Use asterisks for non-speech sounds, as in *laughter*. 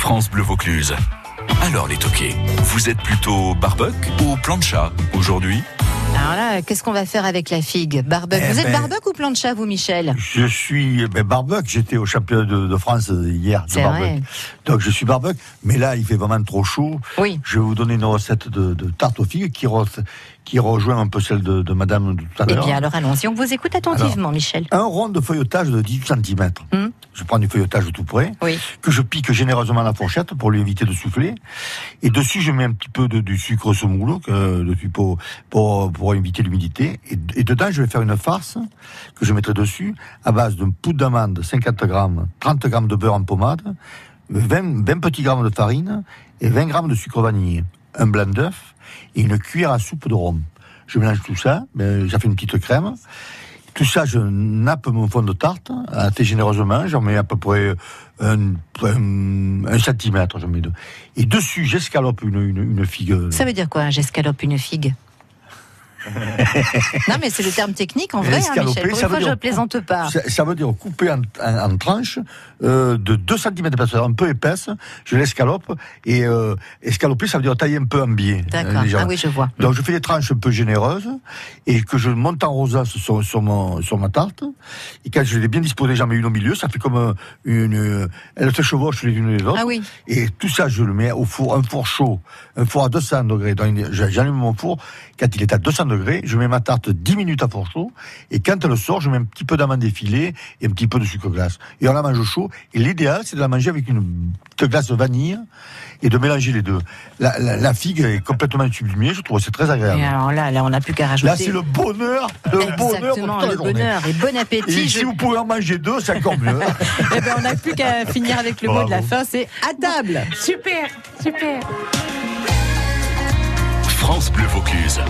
France Bleu Vaucluse. Alors les toqués, vous êtes plutôt barbecue ou plancha aujourd'hui Alors là, qu'est-ce qu'on va faire avec la figue Barbecue. Eh vous êtes ben- barbecue ou plancha, vous, Michel Je suis ben, barbecue, j'étais au championnat de, de France hier de C'est barbecue. vrai. Donc je suis barbecue, mais là il fait vraiment trop chaud. Oui. Je vais vous donner une recette de, de tarte aux figues qui, re- qui rejoint un peu celle de, de madame de tout à Eh l'heure. bien, alors allons-y. On vous écoute attentivement, Michel. Un rond de feuilletage de 10 cm. Hmm. Je prends du feuilletage tout près, Oui. que je pique généreusement à la fourchette pour lui éviter de souffler. Et dessus, je mets un petit peu de, du sucre semoule que, euh, dessus pour, pour, pour éviter l'humidité. Et, et dedans, je vais faire une farce que je mettrai dessus à base d'un poudre d'amande 50 grammes, 30 grammes de beurre en pommade, 20, 20 petits grammes de farine et 20 grammes de sucre vanillé, un blanc d'œuf et une cuillère à soupe de rhum. Je mélange tout ça, mais ça fait une petite crème. Tout ça, je nappe mon fond de tarte assez généreusement. J'en mets à peu près un, un- un centimètre. J'en mets deux. Et dessus, j'escalope une, une, une figue. Ça veut dire quoi, j'escalope une *laughs* figue Non, mais c'est le terme technique en vrai, hein, Escaloper, Michel. Pour ça une veut fois, dire je plaisante pas. Ça, ça veut dire couper en, en- en tranches euh, de 2 cm d'épaisseur, un peu épaisse. Je l'escalope. Et euh, escaloper, ça veut dire tailler un peu en biais. euh, D'accord. légèrement. Ah oui, je vois. Donc je fais des tranches un peu généreuses et que je monte en rosace sur, sur, mon, sur ma tarte. Et quand je l'ai bien disposée, j'en mets une au milieu. Ça fait comme euh, une... euh, Elles se chevauchent les unes les autres. Ah oui. Et tout ça, je le mets au four, un four chaud, un four à 200 degrés. Dans une- j'a- J'allume mon four. Quand il est à 200 degrés, je mets ma tarte 10 minutes à four chaud. Et quand elle sort, je mets un petit peu d'amande effilée et un petit peu de sucre glace. Et on la mange chaud. Et l'idéal, c'est de la manger avec une petite glace vanille et de mélanger les deux. La, la- la figue est complètement sublimée. Je trouve que c'est très Et agréable. alors là, là, on n'a plus qu'à rajouter. Là, c'est le bonheur, le bonheur pour Exactement, toute la le journée. bonheur et bon Et appétit. si Je- vous pouvez en manger deux, c'est *laughs* encore mieux. Eh ben, on n'a plus qu'à finir avec le mot de la Bravo. fin, c'est à table. Super, super. France Bleu Vaucluse.